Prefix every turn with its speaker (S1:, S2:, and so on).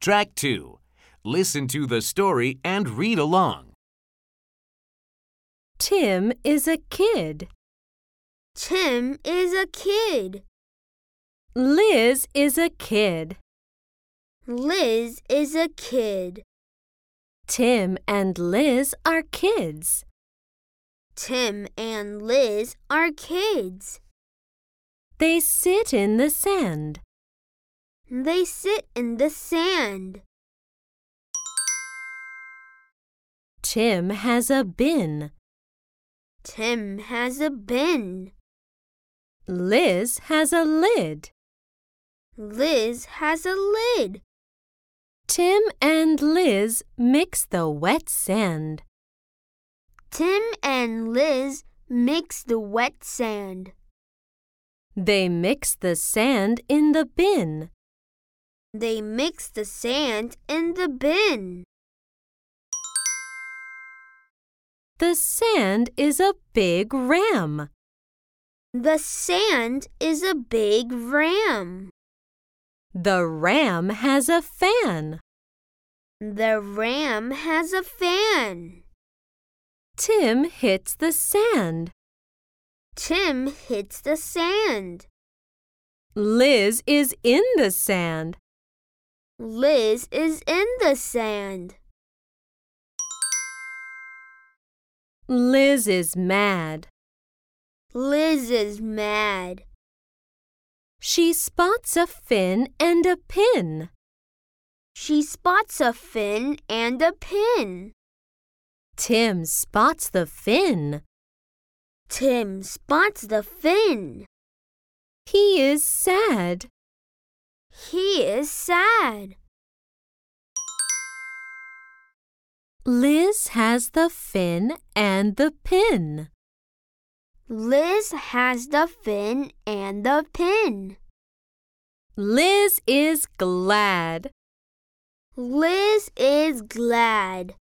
S1: Track 2. Listen to the story and read along.
S2: Tim is a kid.
S3: Tim is a kid.
S2: Liz is a kid.
S3: Liz is a kid.
S2: Tim and Liz are kids.
S3: Tim and Liz are kids.
S2: They sit in the sand.
S3: They sit in the sand.
S2: Tim has a bin.
S3: Tim has a bin.
S2: Liz has a lid.
S3: Liz has a lid.
S2: Tim and Liz mix the wet sand.
S3: Tim and Liz mix the wet sand.
S2: They mix the sand in the bin.
S3: They mix the sand in the bin.
S2: The sand is a big ram.
S3: The sand is a big ram.
S2: The ram has a fan.
S3: The ram has a fan.
S2: Tim hits the sand.
S3: Tim hits the sand.
S2: Liz is in the sand.
S3: Liz is in the sand.
S2: Liz is mad.
S3: Liz is mad.
S2: She spots a fin and a pin.
S3: She spots a fin and a pin.
S2: Tim spots the fin.
S3: Tim spots the fin.
S2: He is sad.
S3: He is sad.
S2: Liz has the fin and the pin.
S3: Liz has the fin and the pin.
S2: Liz is glad.
S3: Liz is glad.